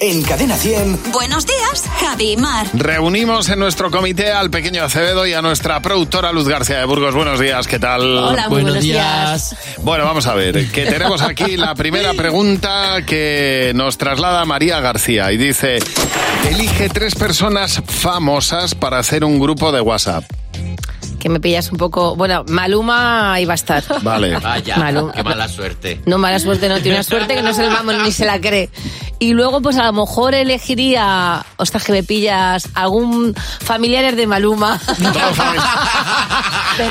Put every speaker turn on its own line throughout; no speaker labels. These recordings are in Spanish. en Cadena 100.
Buenos días, Javi y Mar.
Reunimos en nuestro comité al pequeño Acevedo y a nuestra productora Luz García de Burgos. Buenos días, ¿qué tal?
Hola, muy buenos días.
Bueno, vamos a ver, que tenemos aquí la primera pregunta que nos traslada María García y dice, elige tres personas famosas para hacer un grupo de WhatsApp.
Que me pillas un poco. Bueno, Maluma iba a estar.
Vale.
Vaya,
Malum-
qué mala suerte.
No, mala suerte, no. Tiene una suerte que no se, vamos, ni se la cree. Y luego, pues a lo mejor elegiría, ostras, que me pillas, algún familiares de Maluma.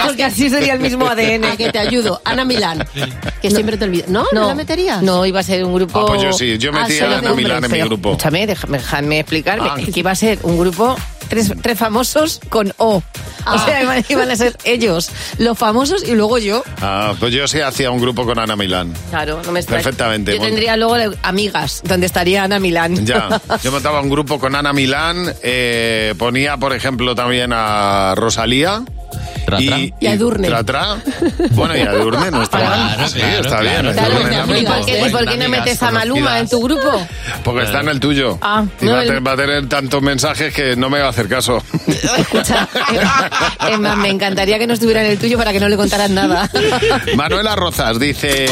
Porque así sería el mismo ADN.
A que te ayudo. Ana Milán. Que siempre te olvido. ¿No? ¿No, la meterías?
No, iba a ser un grupo...
Ah, pues yo sí, yo metí a
solo
Ana
de hombres,
Milán en mi
pero
grupo.
Escúchame, déjame, dejadme explicarme.
Ah.
Que iba a ser un grupo... Tres, tres famosos con O. O sea, iban- iban a ser ellos, los famosos y luego yo.
Ah, pues yo sí hacía un grupo con Ana Milán.
Claro, no me extraña.
Perfectamente.
Yo tendría luego de- amigas, donde estaría Ana Milán.
Ya, yo montaba un grupo con Ana Milán, eh, ponía por ejemplo también a Rosalía.
Tra, tra.
Y a Edurne.
tra, tra. Bueno, y a Edurne no está
Claro,
mal. Sí,
claro,
está
claro.
bien.
Claro,
Yo
Edurne
me
¿y
da
por qué- ¿y
amigo,
por qué,
bueno,
no
amigas
metes a Maluma
conocidas.
en tu grupo?
Porque está en el tuyo.
Ah,
y
no,
va, a
el-
tener, va a tener tantos mensajes que no me va a hacer caso.
Escucha, es más, me encantaría que no estuviera en el tuyo para que no le contaras nada.
Manuela Rozas dice...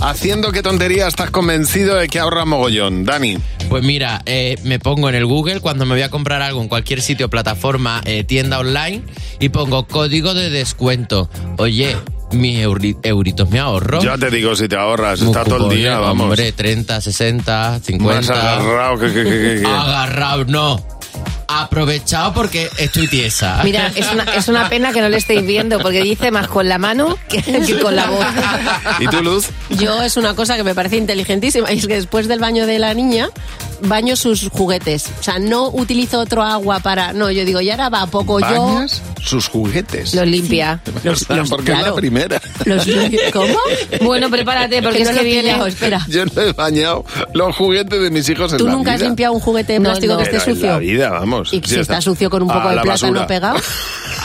Haciendo qué tontería estás convencido de que ahorra mogollón. Dani.
Pues mira, eh, me pongo en el Google cuando me voy a comprar algo en cualquier sitio, plataforma, eh, tienda online y pongo código de descuento. Oye, mis euri- euritos me ahorro.
Ya te digo si te ahorras.
Un
Está todo el
cupón,
día,
eh,
vamos.
Hombre, 30, 60,
Más
50.
agarrado que... que- que- que- que-
Agarrado, no. Aprovechado porque estoy tiesa.
Mira, es una, es una pena que no le estéis viendo porque dice más con la mano que, que con la voz.
Ah.
¿Y tú, Luz?
Yo es una cosa que me parece inteligentísima y es que después del baño de la niña baño sus juguetes. O sea, no utilizo otro agua para... No, yo digo, y ahora va poco yo...
Bañas sus juguetes.
Los limpia.
O sea, porque es la
claro.
primera.
Los, ¿Cómo?
Bueno, prepárate porque
no
es
lo
que
he
viene...
pillado, espera.
Yo no he bañado los juguetes de mis hijos en
¿Tú
la
nunca has
vida.
limpiado un juguete de
No,
plástico
no.
que esté
Pero en la
sucio?
vida, vamos.
Y
Sí,
si está sucio con un
A
poco de
la
plátano
basura.
pegado.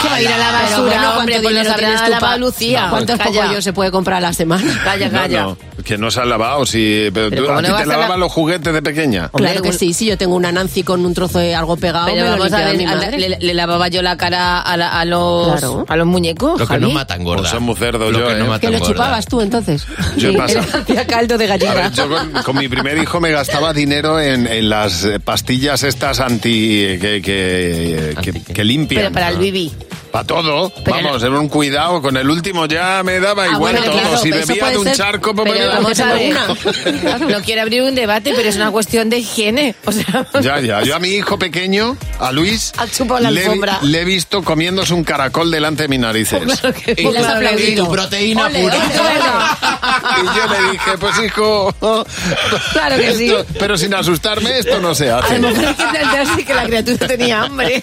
Que va a ir a la
Pero
basura,
bueno, pues
hombre,
¿cuánto
con los
dinero
habrá
tienes tú
lavado
pa-
Lucía.
¿Cuántos
Calla.
cogollos se puede comprar a la semana?
Calla,
No,
calla.
no, que no se han lavado. Si, pero
Pero
tú,
¿cómo
a
no
ti
vas
te
a la-
lavaban los juguetes de pequeña.
Hombre,
Claro que
un-
sí, sí, yo tengo una Nancy con un trozo de algo pegado,
Pero
me lo
vamos a
limpiaba
ver,
mi
a-
madre.
le, le lavaba yo la cara a, la- a los,
Claro.
a los muñecos.
Lo que
Javi.
no matan gorda.
Pues soy muy cerdo
Lo
yo,
que no
eh.
matan
que lo
gorda.
chupabas tú entonces.
Yo he
Sí.
pasado-
Hacía caldo de
A
gallega.
ver, yo con, con mi primer hijo me gastaba dinero en, en las eh, pastillas estas anti eh, que, que, eh, que-
Anti-
que limpian.
Pero para el bibi.
Para todo.
Pero
vamos, era un cuidado. Con el último ya me daba
Ah,
igual
bueno,
todo.
claro,
si
pero eso
bebía de
puede
un
ser-
charco, pues me
Pero
bebía
vamos
de
a ver.
una.
No quiero abrir un debate, pero es una cuestión de higiene. O sea,
Ya, ya. Yo a mi hijo pequeño, a Luis,
Ha chupado la
le,
alfombra.
le he visto comiéndose un caracol delante de mis narices.
Y,
Pues
tu-
aplaudido.
y tu proteína
Ole,
pura.
ole, ole.
Y yo le dije, pues hijo,
Claro que sí.
esto- pero sin asustarme, esto no se
A
hace.
lo mejor hay que plantearse que la criatura tenía hambre.